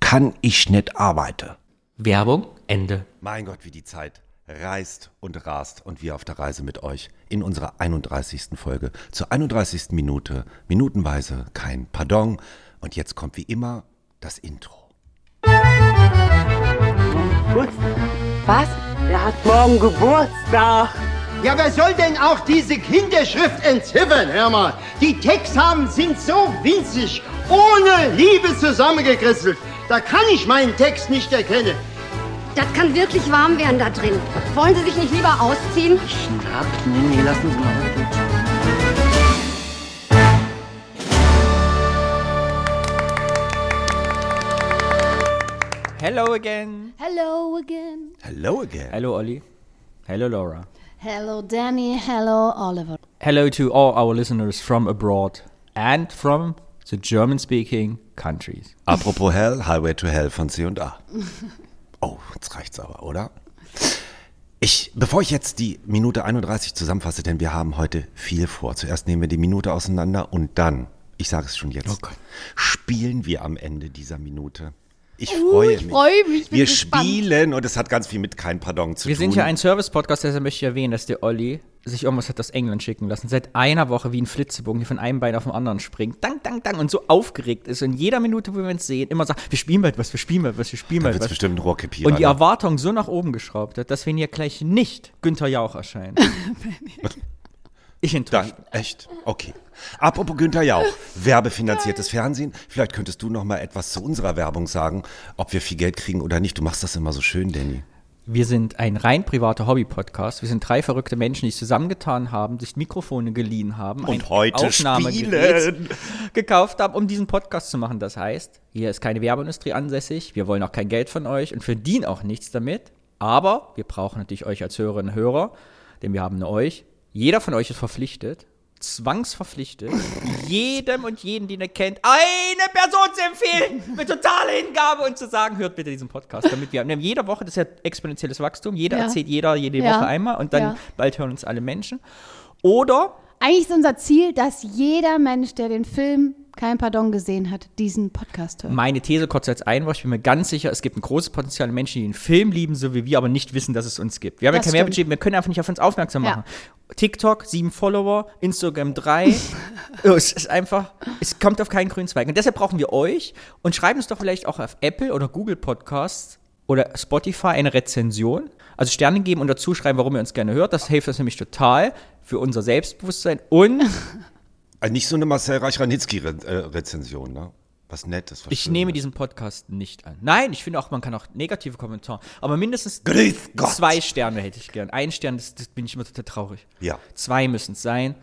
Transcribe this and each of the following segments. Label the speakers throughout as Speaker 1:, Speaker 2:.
Speaker 1: kann ich nicht arbeiten.
Speaker 2: Werbung, Ende.
Speaker 1: Mein Gott, wie die Zeit reist und rast und wir auf der Reise mit euch in unserer 31. Folge zur 31. Minute, minutenweise kein Pardon. Und jetzt kommt wie immer das Intro.
Speaker 3: Was? Er hat morgen Geburtstag.
Speaker 4: Ja, wer soll denn auch diese Kinderschrift entziffern, hör mal? Die Texthaben sind so winzig, ohne Liebe zusammengekritzelt. Da kann ich meinen Text nicht erkennen.
Speaker 5: Das kann wirklich warm werden da drin. Wollen Sie sich nicht lieber ausziehen?
Speaker 3: Nee, nee, lassen Sie mal.
Speaker 2: Hello again.
Speaker 6: Hello again.
Speaker 1: Hello again.
Speaker 2: Hello Olli. Hello Laura.
Speaker 6: Hello Danny, hello Oliver.
Speaker 2: Hello to all our listeners from abroad and from the German-speaking countries.
Speaker 1: Apropos Hell, Highway to Hell von C&A. Oh, jetzt reicht's aber, oder? Ich, bevor ich jetzt die Minute 31 zusammenfasse, denn wir haben heute viel vor. Zuerst nehmen wir die Minute auseinander und dann, ich sage es schon jetzt, spielen wir am Ende dieser Minute. Ich freue mich.
Speaker 6: freue Uh, mich, bin
Speaker 1: wir
Speaker 6: gespannt.
Speaker 1: spielen und es hat ganz viel mit kein Pardon zu
Speaker 2: Wir
Speaker 1: tun.
Speaker 2: sind ja ein Service-Podcast, deshalb möchte ich erwähnen, dass der Olli sich irgendwas hat aus England schicken lassen. Seit einer Woche wie ein Flitzebogen, der von einem Bein auf den anderen springt. Dank, dank, dank. Und so aufgeregt ist. Und jeder Minute, wo wir uns sehen, immer sagt, wir spielen bald was, wir spielen bald was, wir spielen
Speaker 1: Dann
Speaker 2: bald
Speaker 1: wird's
Speaker 2: was.
Speaker 1: bestimmt ein Rohrkrepierer.
Speaker 2: Und die
Speaker 1: ne?
Speaker 2: Erwartung so nach oben geschraubt hat, dass wenn hier gleich nicht Günther Jauch erscheint. ich enttäuscht.
Speaker 1: Dann, echt? Okay. Apropos Günther Jauch, werbefinanziertes Fernsehen. Vielleicht könntest du noch mal etwas zu unserer Werbung sagen, ob wir viel Geld kriegen oder nicht. Du machst das immer so schön, Danny.
Speaker 2: Wir sind ein rein privater Hobby-Podcast. Wir sind drei verrückte Menschen, die sich zusammengetan haben, sich Mikrofone geliehen haben
Speaker 1: Und heute spielen.
Speaker 2: gekauft haben, um diesen Podcast zu machen. Das heißt, hier ist keine Werbeindustrie ansässig. Wir wollen auch kein Geld von euch und verdienen auch nichts damit. Aber wir brauchen natürlich euch als Hörerinnen und Hörer, denn wir haben nur euch. Jeder von euch ist verpflichtet, zwangsverpflichtet, jedem und jeden, den ihr kennt, eine Person zu empfehlen mit totaler Hingabe und zu sagen, hört bitte diesen Podcast, damit wir, wir haben jede Woche, das ist ja exponentielles Wachstum, jeder
Speaker 6: Ja.
Speaker 2: erzählt jeder jede
Speaker 6: Ja.
Speaker 2: Woche einmal und dann
Speaker 6: Ja.
Speaker 2: bald hören uns alle Menschen. Oder
Speaker 6: Eigentlich ist unser Ziel, dass jeder Mensch, der den Film Kein Pardon gesehen hat, diesen Podcast hört.
Speaker 2: Meine These kurz als Einwurf, ich bin mir ganz sicher, es gibt ein großes Potenzial an Menschen, die den Film lieben, so wie wir, aber nicht wissen, dass es uns gibt. Wir haben
Speaker 6: Das
Speaker 2: ja kein
Speaker 6: stimmt.
Speaker 2: Mehrbudget, wir können einfach nicht auf uns aufmerksam
Speaker 6: Ja.
Speaker 2: machen. TikTok, sieben Follower, Instagram drei. Oh, es ist einfach, es kommt auf keinen grünen Zweig. Und deshalb brauchen wir euch und schreiben uns doch vielleicht auch auf Apple oder Google Podcasts oder Spotify eine Rezension. Also Sterne geben und dazu schreiben, warum ihr uns gerne hört. Das hilft uns nämlich total für unser Selbstbewusstsein und
Speaker 1: Also nicht so eine Marcel Reich-Ranitzky-Rezension, ne? Was Nettes. Was
Speaker 2: Ich
Speaker 1: Schönes.
Speaker 2: nehme diesen Podcast nicht an. Nein, ich finde auch, man kann auch negative Kommentare, aber mindestens
Speaker 1: Grüß Gott.
Speaker 2: zwei Sterne hätte ich gern. Ein Stern, das, das bin ich immer total traurig.
Speaker 1: Ja.
Speaker 2: Zwei müssen es sein.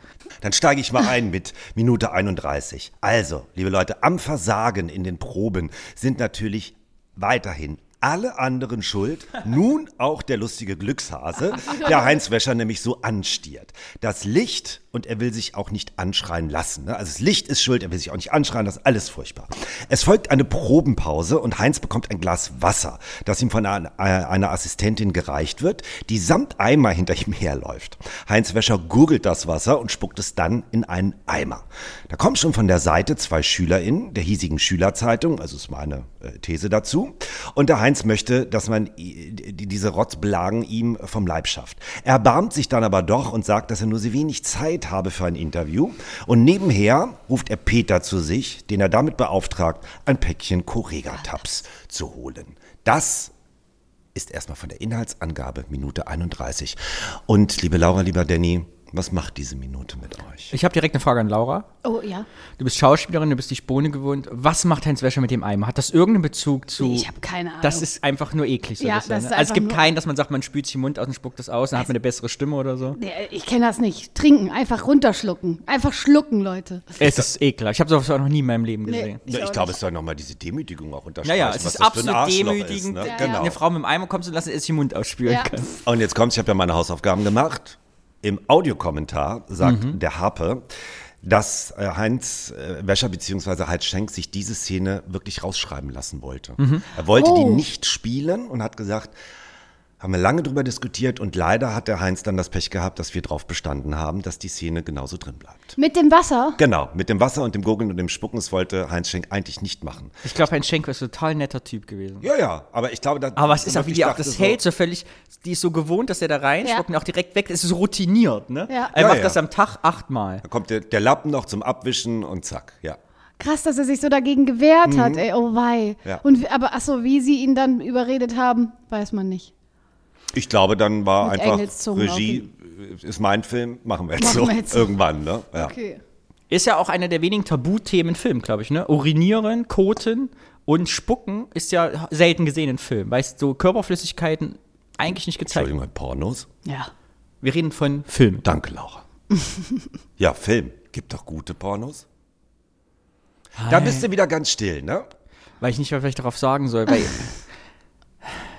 Speaker 1: Dann steige ich mal ein mit Minute 31. Also, liebe Leute, am Versagen in den Proben sind natürlich weiterhin alle anderen schuld, nun auch der lustige Glückshase, der Heinz Wäscher nämlich so anstiert. Das Licht, und er will sich auch nicht anschreien lassen. Ne? Also das Licht ist schuld, er will sich auch nicht anschreien, das ist alles furchtbar. Es folgt eine Probenpause und Heinz bekommt ein Glas Wasser, das ihm von einer, äh, einer Assistentin gereicht wird, die samt Eimer hinter ihm herläuft. Heinz Wäscher gurgelt das Wasser und spuckt es dann in einen Eimer. Da kommen schon von der Seite zwei SchülerInnen der hiesigen Schülerzeitung, also ist meine äh, These dazu, und der Heinz möchte, dass man i- die- diese Rotzblagen ihm vom Leib schafft. Er erbarmt sich dann aber doch und sagt, dass er nur so wenig Zeit habe für ein Interview und nebenher ruft er Peter zu sich, den er damit beauftragt, ein Päckchen Correga-Tabs zu holen. Das ist erstmal von der Inhaltsangabe Minute 31. Und liebe Laura, lieber Danny, Was macht diese Minute mit euch?
Speaker 2: Ich habe direkt eine Frage an Laura.
Speaker 6: Oh ja.
Speaker 2: Du bist Schauspielerin, du bist die Spone gewohnt. Was macht Heinz Wäscher mit dem Eimer? Hat das irgendeinen Bezug zu.
Speaker 6: Nee, ich hab keine Ahnung.
Speaker 2: Das ist einfach nur eklig. So
Speaker 6: Ja,
Speaker 2: ein bisschen,
Speaker 6: das ist
Speaker 2: ne? Also es
Speaker 6: einfach
Speaker 2: gibt
Speaker 6: nur-
Speaker 2: keinen, dass man sagt, man spült sich den Mund aus und spuckt das aus, dann hat man eine bessere Stimme oder so.
Speaker 6: Nee, ich kenne das nicht. Trinken, einfach runterschlucken. Einfach schlucken, Leute.
Speaker 2: Es ist ekler. Ich habe sowas auch noch nie in meinem Leben gesehen.
Speaker 1: Ich,
Speaker 6: auch
Speaker 1: ich
Speaker 6: nicht.
Speaker 1: glaube, es soll nochmal diese Demütigung auch
Speaker 2: Ja,
Speaker 1: unterstreichen.
Speaker 2: ja, es
Speaker 1: was das
Speaker 2: ist
Speaker 1: für ein
Speaker 2: absolut
Speaker 1: Arschloch
Speaker 2: demütigend,
Speaker 1: Ist, ne?
Speaker 6: ja.
Speaker 1: Genau.
Speaker 2: eine Frau mit dem Eimer kommst und lassen, es den Mund ausspülen
Speaker 6: Ja.
Speaker 2: kann.
Speaker 1: Und jetzt kommt's, ich habe ja meine Hausaufgaben gemacht. Im Audiokommentar sagt
Speaker 2: Mhm.
Speaker 1: der Harpe, dass äh, Heinz äh, Wäscher bzw. Heinz Schenk sich diese Szene wirklich rausschreiben lassen wollte.
Speaker 2: Mhm.
Speaker 1: Er wollte
Speaker 2: Oh.
Speaker 1: die nicht spielen und hat gesagt, haben wir lange drüber diskutiert und leider hat der Heinz dann das Pech gehabt, dass wir drauf bestanden haben, dass die Szene genauso drin bleibt.
Speaker 6: Mit dem Wasser?
Speaker 1: Genau, mit dem Wasser und dem Gurgeln und dem Spucken, das wollte Heinz Schenk eigentlich nicht machen.
Speaker 2: Ich glaube, Heinz Schenk ist ein total netter Typ gewesen.
Speaker 1: Ja, ja, aber ich glaube, da,
Speaker 2: Aber es ist auch, wie
Speaker 1: ich
Speaker 2: die auch
Speaker 1: dachte
Speaker 2: das
Speaker 1: so-
Speaker 2: hält, so völlig, die ist so gewohnt, dass er da rein
Speaker 6: Ja.
Speaker 2: spuckt und auch direkt weg. Es ist routiniert, ne?
Speaker 6: Ja.
Speaker 2: Er
Speaker 1: Ja,
Speaker 2: macht
Speaker 1: ja.
Speaker 2: das am Tag achtmal.
Speaker 1: Da kommt der, der Lappen noch zum Abwischen und zack, ja.
Speaker 6: Krass, dass er sich so dagegen gewehrt
Speaker 2: Mhm.
Speaker 6: hat. Ey, oh wei.
Speaker 1: Ja.
Speaker 6: Und, wie- aber achso, wie sie ihn dann überredet haben, weiß man nicht.
Speaker 1: Ich glaube, dann war
Speaker 6: Mit
Speaker 1: einfach
Speaker 6: Engelszungen
Speaker 1: Regie, äh, ist mein Film, machen wir jetzt,
Speaker 6: Machen
Speaker 1: so.
Speaker 6: wir jetzt so.
Speaker 1: irgendwann, ne? Ja.
Speaker 6: Okay.
Speaker 2: Ist ja auch einer der wenigen Tabuthemen im Film, glaube ich, ne? Urinieren, Koten und Spucken ist ja selten gesehen in Filmen. Weißt du, so Körperflüssigkeiten eigentlich nicht gezeigt.
Speaker 1: Entschuldigung, Pornos?
Speaker 6: Ja.
Speaker 2: Wir reden von Film.
Speaker 1: Danke, Laura. ja, Film. Gibt doch gute Pornos. Da bist du wieder ganz still, ne?
Speaker 2: Weil ich nicht mehr vielleicht darauf sagen soll, weil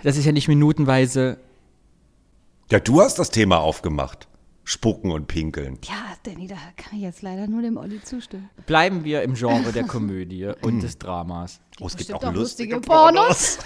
Speaker 2: das ist ja nicht minutenweise.
Speaker 1: Ja, du hast das Thema aufgemacht. Spucken und Pinkeln.
Speaker 6: Ja, Danny, da kann ich jetzt leider nur dem Olli zustimmen.
Speaker 2: Bleiben wir im Genre der Komödie und des Dramas.
Speaker 1: Oh, es gibt
Speaker 6: Bestimmt
Speaker 1: auch lustige,
Speaker 6: Pornos.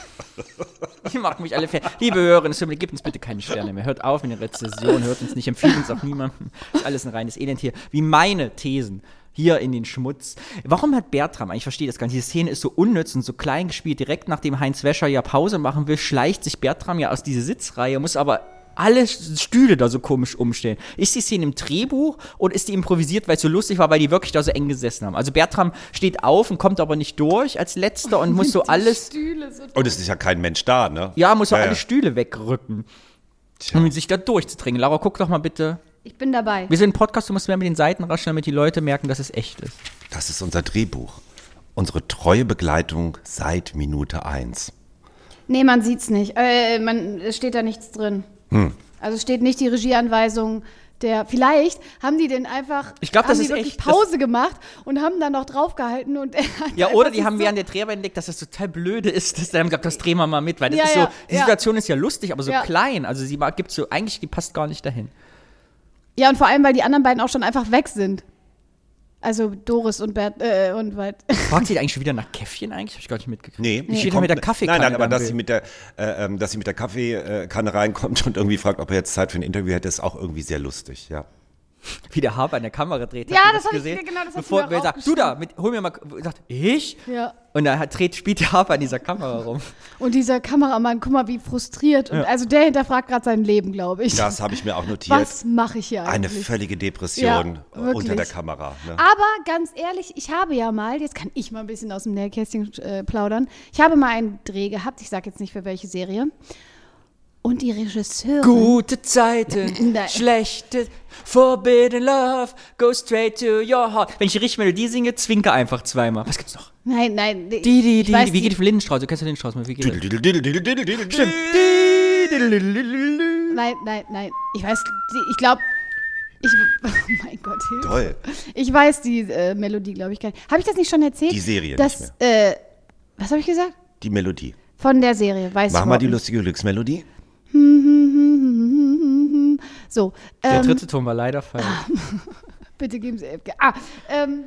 Speaker 2: Ihr macht mich alle fertig. Liebe Hörerinnen, es tut mir- gebt uns bitte keine Sterne mehr. Hört auf mit den Rezessionen, hört uns nicht, empfiehlt uns auch niemandem. Ist alles ein reines Elend hier. Wie meine Thesen hier in den Schmutz. Warum hat Bertram, ich verstehe das gar nicht, die Szene ist so unnütz und so klein gespielt. Direkt nachdem Heinz Wäscher ja Pause machen will, schleicht sich Bertram ja aus dieser Sitzreihe, muss aber alle Stühle da so komisch umstellen. Ist die Szene im Drehbuch oder ist die improvisiert, weil es so lustig war, weil die wirklich da so eng gesessen haben? Also Bertram steht auf und kommt aber nicht durch als letzter und muss so alles
Speaker 1: Und es ist ja kein Mensch da, ne?
Speaker 2: ja, muss auch
Speaker 1: ja.
Speaker 2: alle Stühle wegrücken. Um sich da durchzudrängen. Laura, guck doch mal bitte.
Speaker 6: Ich bin dabei.
Speaker 2: Wir sind ein Podcast, du musst mehr mit den Seiten raschen, damit die Leute merken, dass es echt ist.
Speaker 1: Das ist unser Drehbuch. Unsere treue Begleitung seit Minute 1.
Speaker 6: Nee, man sieht's nicht. Äh, man, es steht da nichts drin.
Speaker 2: Hm.
Speaker 6: Also es steht nicht die Regieanweisung der. Vielleicht haben die den einfach.
Speaker 2: Ich glaub, das
Speaker 6: haben
Speaker 2: ist
Speaker 6: die wirklich
Speaker 2: echt.
Speaker 6: Pause gemacht und haben dann noch draufgehalten und. er hat
Speaker 2: Ja,
Speaker 6: einfach
Speaker 2: oder die
Speaker 6: sich
Speaker 2: haben
Speaker 6: so-
Speaker 2: während der Dreharbeiten entdeckt, dass das total blöde ist, dass sie haben gesagt, das drehen wir mal mit, weil das
Speaker 6: Ja,
Speaker 2: ist so,
Speaker 6: ja,
Speaker 2: die
Speaker 6: ja.
Speaker 2: Situation ist ja lustig, aber so
Speaker 6: Ja.
Speaker 2: klein. Also sie mag- gibt so, eigentlich, die passt gar nicht dahin.
Speaker 6: Ja, und vor allem, weil die anderen beiden auch schon einfach weg sind. Also Doris und Bert äh, und Wald.
Speaker 2: Fragt sie eigentlich schon wieder nach Käffchen eigentlich? Hab ich gar nicht mitgekriegt.
Speaker 1: Nee,
Speaker 2: Die steht doch mit der Kaffeekanne.
Speaker 1: Nein, nein, aber
Speaker 2: beim
Speaker 1: dass
Speaker 2: Bild.
Speaker 1: sie, mit der, äh, ähm, dass sie mit der Kaffeekanne reinkommt und irgendwie fragt, ob er jetzt Zeit für ein Interview hätte, ist auch irgendwie sehr lustig, ja.
Speaker 2: wie der Harper an der Kamera dreht.
Speaker 6: Ja,
Speaker 2: Habt ihr
Speaker 6: das hab ich-
Speaker 2: gesehen?
Speaker 6: genau, das hab ich
Speaker 2: Bevor
Speaker 6: mir auch
Speaker 2: wer sagt, du
Speaker 6: aufgeschrieben.
Speaker 2: da, mit, hol mir mal, sagt, ich?
Speaker 6: Ja.
Speaker 2: Und dann hat, dreht, spielt der Harper an dieser Kamera rum.
Speaker 6: Und dieser Kameramann, guck mal, wie frustriert. Und also der hinterfragt gerade sein Leben, glaube ich.
Speaker 1: Das habe ich mir auch notiert.
Speaker 6: Was mache ich hier
Speaker 1: Eine
Speaker 6: eigentlich?
Speaker 1: völlige Depression
Speaker 6: Ja,
Speaker 1: äh,
Speaker 6: wirklich. Ah.
Speaker 1: unter der Kamera. Ne?
Speaker 6: Aber ganz ehrlich, ich habe ja mal, jetzt kann ich mal ein bisschen aus dem Nähkästchen äh, plaudern. Ich habe mal einen Dreh gehabt, ich sage jetzt nicht für welche Serie. Und die Regisseurin.
Speaker 2: Gute Zeiten,
Speaker 6: Nein.
Speaker 2: schlechte, forbidden love, go straight to your heart. Wenn ich die richtige Melodie singe, zwinker einfach zweimal. Was gibt's noch?
Speaker 6: Nein, nein. Die,
Speaker 2: Die, die, die,
Speaker 6: weiß,
Speaker 2: wie geht die von Lindenstrauß? Du kennst ja Lindenstrauß, mal, wie geht das?
Speaker 1: Stimmt.
Speaker 6: Nein, nein, nein. Ich weiß, die, ich glaube. Ich, oh mein Gott, Hilfe.
Speaker 1: Toll.
Speaker 6: Ich weiß die äh, Melodie, glaube ich, gar nicht. Habe ich das nicht schon erzählt?
Speaker 1: Die Serie
Speaker 6: das,
Speaker 1: nicht
Speaker 6: mehr. Äh, was habe ich gesagt?
Speaker 1: Die Melodie.
Speaker 6: Von der Serie, weiß
Speaker 1: Mach
Speaker 6: ich
Speaker 1: mal die
Speaker 6: überhaupt
Speaker 1: lustige Glücksmelodie.
Speaker 6: nicht. So,
Speaker 2: Der
Speaker 6: ähm,
Speaker 2: dritte Ton war leider falsch.
Speaker 6: ah. bitte geben Sie Elke. Ah, ähm,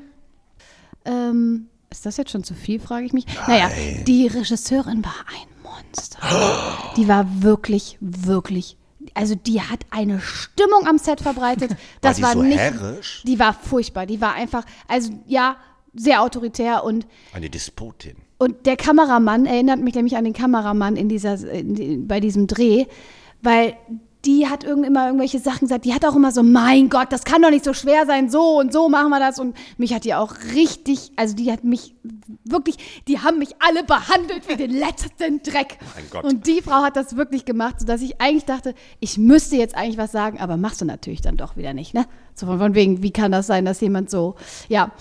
Speaker 6: ähm, ist das jetzt schon zu viel, frage ich mich. Naja, die Regisseurin war ein Monster. Die war wirklich, wirklich. Also die hat eine Stimmung am Set verbreitet. Das
Speaker 1: die
Speaker 6: war,
Speaker 1: so
Speaker 6: nicht.
Speaker 1: herrisch?
Speaker 6: Die war furchtbar. Die war einfach, also ja, sehr autoritär und
Speaker 1: Eine Despotin.
Speaker 6: Und der Kameramann erinnert mich nämlich an den Kameramann in dieser, in, bei diesem Dreh, weil die hat irgend immer irgendwelche Sachen gesagt. Die hat auch immer so, mein Gott, das kann doch nicht so schwer sein. So und so machen wir das. Und mich hat die auch richtig, also die hat mich wirklich, die haben mich alle behandelt wie den letzten Dreck.
Speaker 1: Mein Gott.
Speaker 6: Und die Frau hat das wirklich gemacht, sodass ich eigentlich dachte, ich müsste jetzt eigentlich was sagen, aber machst du natürlich dann doch wieder nicht, ne? So von, von wegen, wie kann das sein, dass jemand so, ja.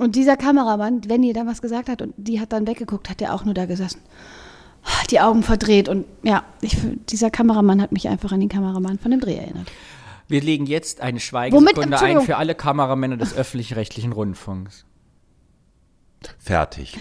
Speaker 6: Und dieser Kameramann, wenn ihr dann was gesagt hat und die hat dann weggeguckt, hat er auch nur da gesessen die Augen verdreht und ja, ich, dieser Kameramann hat mich einfach an den Kameramann von dem Dreh erinnert.
Speaker 2: Wir legen jetzt eine
Speaker 6: Womit?
Speaker 2: Schweigesekunde ein
Speaker 6: Entschuldigung.
Speaker 2: für alle Kameramänner des öffentlich-rechtlichen Rundfunks.
Speaker 1: Fertig.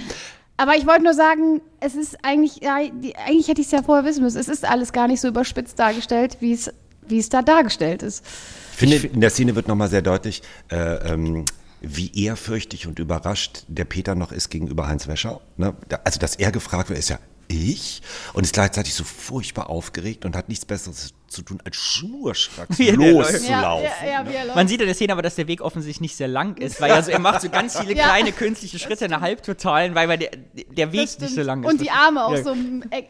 Speaker 6: Aber ich wollte nur sagen, es ist eigentlich, ja, die, eigentlich hätte ich es ja vorher wissen müssen, es ist alles gar nicht so überspitzt dargestellt, wie es wie es da dargestellt ist.
Speaker 1: Ich finde, in der Szene wird nochmal sehr deutlich, äh, ähm, wie ehrfürchtig und überrascht der Peter noch ist gegenüber Heinz Wäscher. Ne? Da- Also, dass er gefragt wird, ist ja ich und ist gleichzeitig so furchtbar aufgeregt und hat nichts Besseres zu tun, als schnurstracks
Speaker 2: Wie er läuft.
Speaker 1: loszulaufen.
Speaker 6: ja, wie er läuft.
Speaker 2: Man sieht in der Szene aber, dass der Weg offensichtlich nicht sehr lang ist, weil also er macht so ganz viele
Speaker 6: Ja.
Speaker 2: kleine künstliche Schritte in der Halbtotalen, weil, weil der, der Weg
Speaker 6: Das
Speaker 2: nicht so
Speaker 6: stimmt.
Speaker 2: lang ist.
Speaker 6: Und die Arme auch
Speaker 2: Ja.
Speaker 6: so m- äh, äh,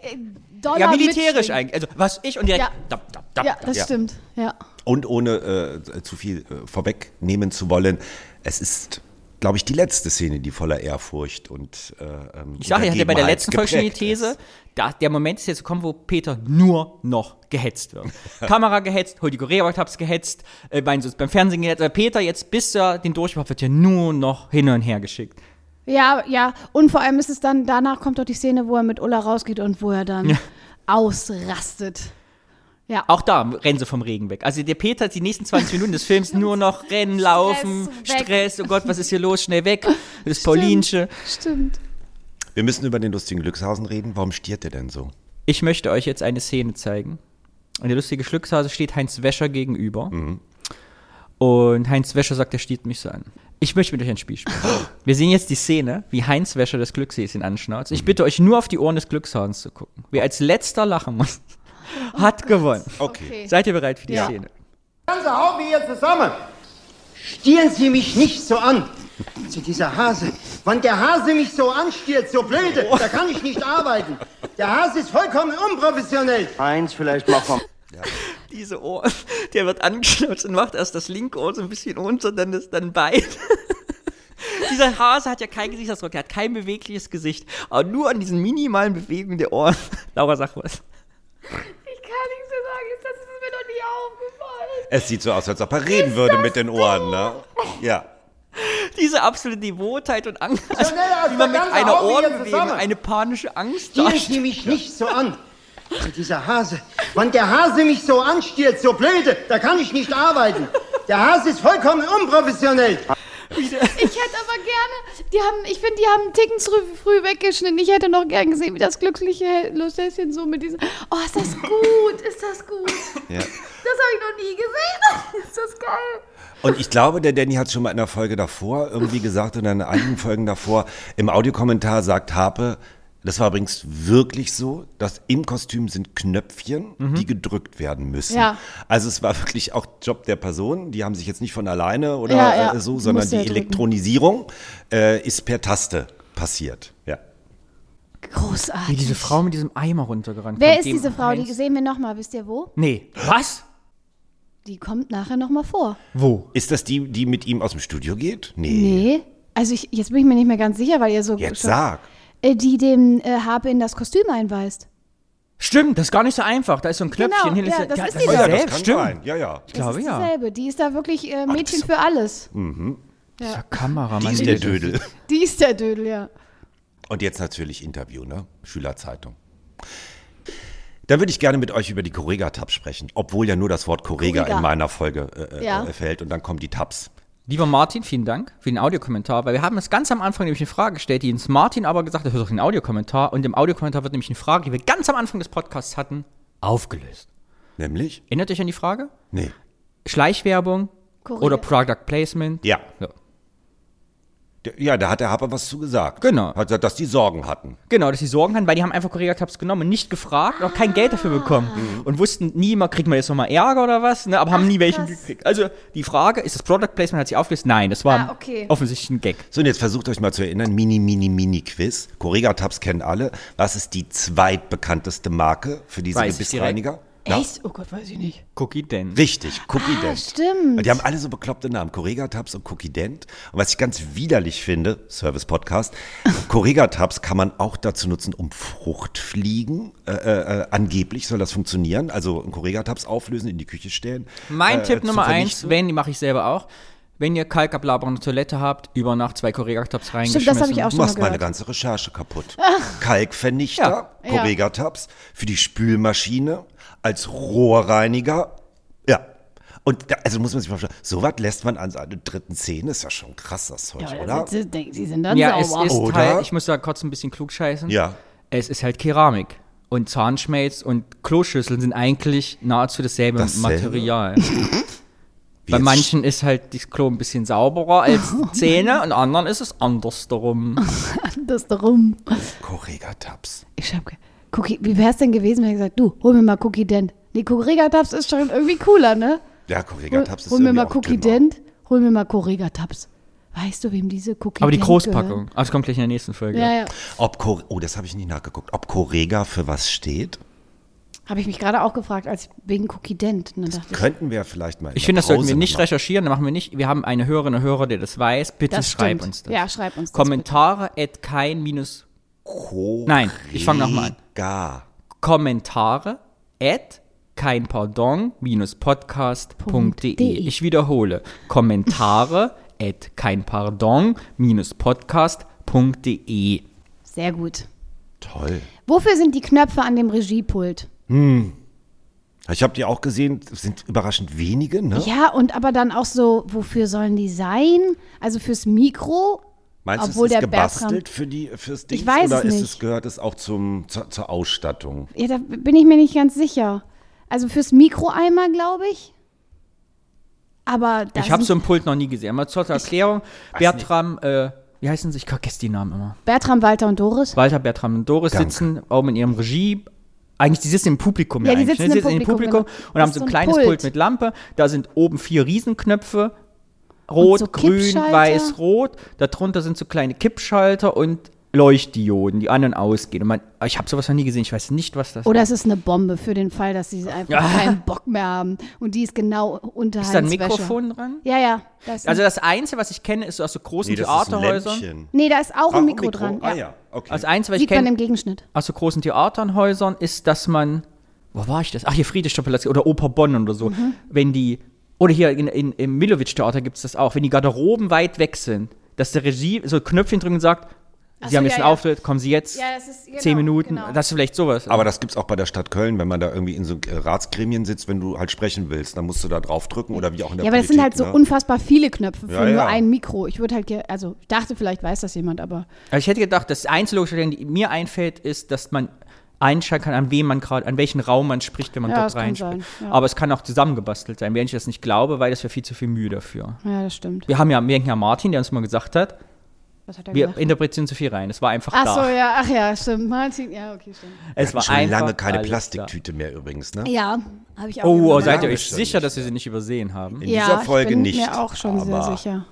Speaker 6: doller
Speaker 2: Ja, militärisch
Speaker 6: mitschwingen.
Speaker 2: eigentlich. Also, was ich und direkt.
Speaker 6: Ja.
Speaker 2: Dap, dap, dap,
Speaker 6: Ja,
Speaker 2: dap.
Speaker 6: das
Speaker 1: Ja.
Speaker 6: stimmt. Ja.
Speaker 1: Und ohne äh, zu viel äh, vorwegnehmen zu wollen, es ist, glaube ich, die letzte Szene, die voller Ehrfurcht und äh, ähm,
Speaker 2: Ich sage ja, der bei der
Speaker 1: Untergebenheit
Speaker 2: letzten Folge schon die
Speaker 1: geprägt ist.
Speaker 2: These, da, der Moment ist jetzt gekommen, wo Peter nur noch gehetzt wird. Kamera gehetzt, Holger Rehberg hab's gehetzt, äh, mein, so ist beim Fernsehen gehetzt. Aber Peter jetzt, bis er den Durchbruch hat, wird ja nur noch hin und her geschickt.
Speaker 6: Ja, ja. Und vor allem ist es dann, danach kommt doch die Szene, wo er mit Ulla rausgeht und wo er dann
Speaker 2: Ja.
Speaker 6: ausrastet. Ja.
Speaker 2: Auch da rennen sie vom Regen weg. Also der Peter hat die nächsten 20 Minuten des Films nur noch rennen, laufen,
Speaker 6: weg.
Speaker 2: Stress, oh Gott, was ist hier los, schnell weg. Das Paulinsche.
Speaker 6: Stimmt.
Speaker 1: Wir müssen über den lustigen Glückshausen reden. Warum stiert er denn so?
Speaker 2: Ich möchte euch jetzt eine Szene zeigen. Und der lustige Schlückshase steht Heinz Wäscher gegenüber. Und Heinz Wäscher sagt, er stiehlt mich so an. Ich möchte mit euch ein Spiel spielen. Wir sehen jetzt die Szene, wie Heinz Wäscher das Glückshäschen anschnauzt. Ich bitte euch nur auf die Ohren des Glückshasens zu gucken. Wer als letzter lachen muss, hat gewonnen.
Speaker 6: Okay.
Speaker 2: Seid ihr bereit für die
Speaker 6: Oh. Ja.
Speaker 2: Szene?
Speaker 4: Ganze hauen wir hier zusammen. Stieren Sie mich nicht so an. Zu dieser Hase. Wann der Hase mich so anstiert, so blöde, da kann ich nicht arbeiten. Der Hase ist vollkommen unprofessionell.
Speaker 3: Eins vielleicht mal vom
Speaker 2: Diese Ohren, der wird angeschnauzt und macht erst das linke Ohr so ein bisschen unter, dann das dann beide. Dieser Hase hat ja kein Gesichtsausdruck, der hat kein bewegliches Gesicht, aber nur an diesen minimalen Bewegungen der Ohren. Laura, sag was.
Speaker 6: Ich kann nichts mehr sagen, das ist mir noch nie aufgefallen.
Speaker 1: Es sieht so aus, als ob er reden würde mit den Ohren, ne? Ja.
Speaker 2: Diese absolute Devotheit und Angst, also,
Speaker 4: schnell, als
Speaker 2: wie man
Speaker 4: der
Speaker 2: mit
Speaker 4: ganze
Speaker 2: einer
Speaker 4: Haufen hier
Speaker 2: Ohrenbewegung
Speaker 4: zusammen.
Speaker 2: eine panische Angst
Speaker 4: Stieren Sie
Speaker 2: darstellt.
Speaker 4: mich nicht so an. Zu dieser Hase. Wann der Hase mich so anstiert, so blöde, da kann ich nicht arbeiten. Der Hase ist vollkommen unprofessionell.
Speaker 6: Ich hätte aber gerne, die haben, ich finde, die haben einen Ticken zu früh weggeschnitten. Ich hätte noch gern gesehen, wie das glückliche Lucäschen so mit diesem. Oh, ist das gut, ist das gut.
Speaker 1: ja.
Speaker 6: Das habe ich noch nie gesehen. Ist das geil.
Speaker 1: Und ich glaube, der Danny hat schon mal in der Folge davor irgendwie gesagt oder in einigen Folgen davor, im Audiokommentar sagt Harpe, das war übrigens wirklich so, dass im Kostüm sind Knöpfchen, die gedrückt werden müssen.
Speaker 6: Ja.
Speaker 1: Also es war wirklich auch Job der Person, die haben sich jetzt nicht von alleine oder
Speaker 6: Ja, ja.
Speaker 1: Äh, so,
Speaker 6: Die
Speaker 1: sondern
Speaker 6: musste
Speaker 1: die
Speaker 6: ja drücken.
Speaker 1: Elektronisierung äh, ist per Taste passiert. Ja.
Speaker 2: Wie
Speaker 6: Großartig.
Speaker 2: diese Frau mit diesem Eimer runtergerannt
Speaker 6: Wer
Speaker 2: kommt,
Speaker 6: ist
Speaker 2: dem
Speaker 6: diese Frau? Die
Speaker 2: Heinz-
Speaker 6: sehen wir nochmal. Wisst ihr wo?
Speaker 2: Nee. Was?
Speaker 6: Die kommt nachher nochmal vor.
Speaker 2: Wo?
Speaker 1: Ist das die, die mit ihm aus dem Studio geht? Nee.
Speaker 6: Nee. Also ich, jetzt bin ich mir nicht mehr ganz sicher, weil ihr so.
Speaker 1: Jetzt sag.
Speaker 6: Äh, Die dem äh, Habe in das Kostüm einweist.
Speaker 2: Stimmt, das ist gar nicht so einfach. Da ist so ein Knöpfchen
Speaker 6: Genau,
Speaker 2: hin.
Speaker 6: ja,
Speaker 2: so-
Speaker 6: das ist die
Speaker 1: Oh
Speaker 6: Ja,
Speaker 1: ja,
Speaker 2: selbst,
Speaker 1: das kann
Speaker 2: stimmt.
Speaker 1: sein. Ja, ja.
Speaker 2: Ich glaube
Speaker 6: das ist
Speaker 2: ja.
Speaker 6: dieselbe. Die ist da wirklich äh, Mädchen für alles.
Speaker 2: Dieser Kameramann.
Speaker 1: Die ist
Speaker 2: ey,
Speaker 1: der
Speaker 2: das-
Speaker 1: Dödel.
Speaker 6: Die ist der Dödel, ja.
Speaker 1: Und jetzt natürlich Interview, ne? Schülerzeitung. Da würde ich gerne mit euch über die Correga-Tabs sprechen, obwohl ja nur das Wort Correga
Speaker 6: Correga.
Speaker 1: in meiner Folge äh, äh,
Speaker 6: Ja.
Speaker 1: äh, fällt und dann kommen die Tabs.
Speaker 2: Lieber Martin, vielen Dank für den Audiokommentar, weil wir haben es ganz am Anfang nämlich eine Frage gestellt, die uns Martin aber gesagt hat, hör doch den Audiokommentar und im Audiokommentar wird nämlich eine Frage, die wir ganz am Anfang des Podcasts hatten, aufgelöst.
Speaker 1: Nämlich?
Speaker 2: Erinnert euch an die Frage?
Speaker 1: Nee.
Speaker 2: Schleichwerbung
Speaker 6: Korrekt.
Speaker 2: oder Product Placement?
Speaker 1: Ja. D- Ja, da hat der Haber was zu gesagt.
Speaker 2: Genau.
Speaker 1: Hat gesagt, dass die Sorgen hatten.
Speaker 2: Genau, dass sie Sorgen hatten, weil die haben einfach Korea-Tabs genommen und nicht gefragt und auch kein Geld dafür bekommen.
Speaker 6: Ah.
Speaker 2: Mhm. Und wussten nie mal, kriegt man jetzt nochmal Ärger oder was, ne? aber haben nie welchen gekriegt. Also die Frage, ist das Product Placement, hat sich aufgelöst? Nein, das war
Speaker 6: Ah, okay.
Speaker 2: offensichtlich ein Gag.
Speaker 1: So, und jetzt versucht euch mal zu erinnern, Mini, Mini, Mini-Quiz. Correga-Tabs kennen alle. Was ist die zweitbekannteste Marke für diese
Speaker 2: Weiß ich direkt.
Speaker 1: Gebissreiniger?
Speaker 6: Echt? Oh Gott, weiß ich nicht.
Speaker 2: Cookie denn?
Speaker 1: Richtig, Cookie
Speaker 6: Ah,
Speaker 1: Dent.
Speaker 6: stimmt.
Speaker 1: Die haben alle so bekloppte Namen. Correga Tabs und Cookie Dent. Und was ich ganz widerlich finde, Service Podcast, Correga Tabs kann man auch dazu nutzen, um Fruchtfliegen. Äh, äh, äh, angeblich soll das funktionieren. Also Correga Tabs auflösen, in die Küche stellen.
Speaker 2: Mein
Speaker 1: äh,
Speaker 2: Tipp
Speaker 1: zu
Speaker 2: Nummer eins,
Speaker 1: vernichten.
Speaker 2: wenn, die mache ich selber auch. Wenn ihr kalkablabernde Toilette habt, über Nacht zwei Correga-Tabs reingeschmissen.
Speaker 6: Stimmt, das habe ich auch
Speaker 1: Du
Speaker 6: schon mal
Speaker 1: machst
Speaker 6: gehört.
Speaker 1: meine ganze Recherche kaputt. Kalkvernichter,
Speaker 6: Ja.
Speaker 1: Correga-Tabs, für die Spülmaschine, als Rohrreiniger. Ja. Und da, also muss man sich mal vorstellen, sowas lässt man an seiner dritten Szene, ist ja schon krass, das Zeug,
Speaker 6: Ja,
Speaker 1: oder?
Speaker 6: oder? Sie, denken, sie sind dann
Speaker 2: Ja, es
Speaker 6: sauber.
Speaker 2: ist
Speaker 1: Oder?
Speaker 2: halt, ich muss da kurz ein bisschen klug scheißen.
Speaker 1: Ja.
Speaker 2: Es ist halt Keramik. Und Zahnschmelz und Kloschüsseln sind eigentlich nahezu dasselbe
Speaker 1: Dasselbe?
Speaker 2: Material.
Speaker 1: Wie
Speaker 2: Bei
Speaker 1: jetzt
Speaker 2: manchen ist halt das Klo ein bisschen sauberer als Zähne und anderen ist es andersherum.
Speaker 6: das darum.
Speaker 1: Correga-Tabs.
Speaker 6: Ich habe Cookie, wie wär's denn gewesen, wenn ich gesagt, du, hol mir mal Cookie Dent. Nee, Correga Tabs ist schon irgendwie cooler, ne?
Speaker 1: Ja,
Speaker 6: Hol,
Speaker 1: Correga-Tabs Ah, ist
Speaker 6: hol mir
Speaker 1: irgendwie
Speaker 6: mal
Speaker 1: auch genau.
Speaker 6: Cookie
Speaker 1: dümmer.
Speaker 6: Dent, hol mir mal Correga Tabs. Weißt du, wem diese Cookie
Speaker 2: Aber die
Speaker 6: Dent
Speaker 2: Großpackung, ah, das kommt gleich in der nächsten Folge.
Speaker 6: Gehört? Ja, ja.
Speaker 1: Ob Cor oh, das habe ich nicht nachgeguckt. Ob Correga für was steht,
Speaker 6: Habe ich mich gerade auch gefragt, als wegen Cookie Dent. Und dann dachte ich,
Speaker 1: könnten wir vielleicht mal. in
Speaker 2: Ich
Speaker 1: der
Speaker 2: finde, das sollten wir
Speaker 1: Pause
Speaker 2: nicht
Speaker 1: noch mal-
Speaker 2: recherchieren, dann machen wir nicht. Wir haben eine Hörerin, eine Hörer, der das weiß. Bitte
Speaker 6: Das
Speaker 2: schreib
Speaker 6: stimmt.
Speaker 2: uns das.
Speaker 6: Ja, schreib uns das
Speaker 2: Kommentare at kein minus
Speaker 1: Correga.
Speaker 2: Nein, ich fang noch mal an.
Speaker 1: an.
Speaker 2: Kommentare at keinpardon-podcast.de. Ich wiederhole, Kommentare at keinpardon-podcast.de.
Speaker 6: sehr gut.
Speaker 1: Toll.
Speaker 6: Wofür sind die Knöpfe an dem Regiepult?
Speaker 1: Ich habe die auch gesehen, es sind überraschend wenige, ne?
Speaker 6: Ja, und aber dann auch so, wofür sollen die sein? Also fürs Mikro?
Speaker 1: Meinst du,
Speaker 6: obwohl
Speaker 1: es ist
Speaker 6: der
Speaker 1: gebastelt
Speaker 6: Bertram,
Speaker 1: für die, fürs Ding?
Speaker 6: weiß
Speaker 1: oder
Speaker 6: es
Speaker 1: ist
Speaker 6: nicht.
Speaker 1: es, gehört es auch zum, zur, zur Ausstattung?
Speaker 6: Ja, da bin ich mir nicht ganz sicher. Also fürs Mikro einmal, glaube ich. Aber das
Speaker 2: Ich habe
Speaker 6: sind-
Speaker 2: so ein Pult noch nie gesehen. Aber zur Erklärung, Bertram, äh, wie heißen sie? Ich vergesse die Namen immer.
Speaker 6: Bertram, Walter und Doris.
Speaker 2: Walter, Bertram und Doris
Speaker 1: Danke.
Speaker 2: sitzen oben in ihrem Regie. Eigentlich, die sitzen im Publikum.
Speaker 6: Ja, die
Speaker 2: eigentlich, ne?
Speaker 6: sitzen im Publikum, genau.
Speaker 2: und haben
Speaker 6: Das ist
Speaker 2: so ein
Speaker 6: so ein
Speaker 2: kleines
Speaker 6: Pult.
Speaker 2: Pult. mit Lampe. Da sind oben vier Riesenknöpfe. Rot,
Speaker 6: so
Speaker 2: grün,
Speaker 6: Kippschalter.
Speaker 2: weiß, rot. Darunter sind so kleine Kippschalter und Leuchtdioden, die an und ausgehen. Und man, ich habe sowas noch nie gesehen. Ich weiß nicht, was das
Speaker 6: Oder es ist eine Bombe für den Fall, dass sie einfach keinen Bock mehr haben. Und die ist genau unter
Speaker 2: ist. Ist da ein
Speaker 6: Heinz Wäsche.
Speaker 2: Mikrofon dran?
Speaker 6: Ja, ja. Da ist ein-
Speaker 2: Also das Einzige, was ich kenne, ist so aus so großen
Speaker 1: Nee, das ist ein
Speaker 2: Theaterhäusern.
Speaker 1: Lämpchen.
Speaker 6: nee, da ist auch
Speaker 1: Ah,
Speaker 6: ein Mikro, dran.
Speaker 1: Ah ja, okay.
Speaker 2: Also eins, was ich
Speaker 6: Sieht man
Speaker 2: kenne,
Speaker 6: im Gegenschnitt.
Speaker 2: aus so Also großen Theaternhäusern ist, dass man, wo war ich das? Ach, hier Friedrichstadtpalast oder Oper Bonn oder so.
Speaker 6: Mhm.
Speaker 2: Wenn die, oder hier in, in, im Milowitsch-Theater gibt es das auch, wenn die Garderoben weit weg sind, dass der Regie so Knöpfchen drücken sagt,
Speaker 6: Ach
Speaker 2: Sie
Speaker 6: so,
Speaker 2: haben jetzt
Speaker 6: ja,
Speaker 2: einen
Speaker 6: ja.
Speaker 2: Auftritt, kommen Sie jetzt,
Speaker 6: Ja, das ist- genau,
Speaker 2: zehn Minuten,
Speaker 6: genau.
Speaker 2: das ist vielleicht sowas.
Speaker 1: Aber das gibt's auch bei der Stadt Köln, wenn man da irgendwie in so äh, Ratsgremien sitzt, wenn du halt sprechen willst, dann musst du da drauf drücken oder wie auch in der
Speaker 6: Ja, aber das sind halt
Speaker 1: Politik,
Speaker 6: so
Speaker 1: ne?
Speaker 6: unfassbar viele Knöpfe für
Speaker 1: Ja,
Speaker 6: nur
Speaker 1: ja.
Speaker 6: ein Mikro. Ich würde halt, ge- also ich dachte, vielleicht weiß das jemand, aber
Speaker 2: Also ich hätte gedacht, das einzige logische, Ding, die mir einfällt, ist, dass man einschalten kann, an wem man gerade, an welchen Raum man spricht, wenn man
Speaker 6: Ja, das
Speaker 2: dort
Speaker 6: kann
Speaker 2: reinspricht.
Speaker 6: sein, ja.
Speaker 2: Aber es kann auch zusammengebastelt sein, während ich das nicht glaube, weil das wäre viel zu viel Mühe dafür.
Speaker 6: ja, das stimmt.
Speaker 2: Wir haben ja, wir haben ja Martin, der uns mal gesagt hat,
Speaker 6: Was hat er
Speaker 2: Wir
Speaker 6: gesagt?
Speaker 2: interpretieren zu viel rein. Es war einfach
Speaker 6: Ach
Speaker 2: da.
Speaker 6: so, ja, ach ja, stimmt. Martin, ja, okay, stimmt.
Speaker 2: Es war
Speaker 1: Schon
Speaker 2: einfach
Speaker 1: lange keine
Speaker 2: alles
Speaker 1: Plastiktüte mehr übrigens, ne?
Speaker 6: Ja, habe ich
Speaker 2: Da.
Speaker 6: auch.
Speaker 2: Oh,
Speaker 6: gemacht.
Speaker 2: seid ihr
Speaker 1: Lange
Speaker 2: euch
Speaker 1: schon
Speaker 2: sicher,
Speaker 1: nicht,
Speaker 2: dass wir sie nicht übersehen haben?
Speaker 1: In
Speaker 6: ja,
Speaker 1: dieser Folge
Speaker 6: ich bin
Speaker 1: nicht.
Speaker 6: mir auch schon sehr
Speaker 1: aber
Speaker 6: sicher.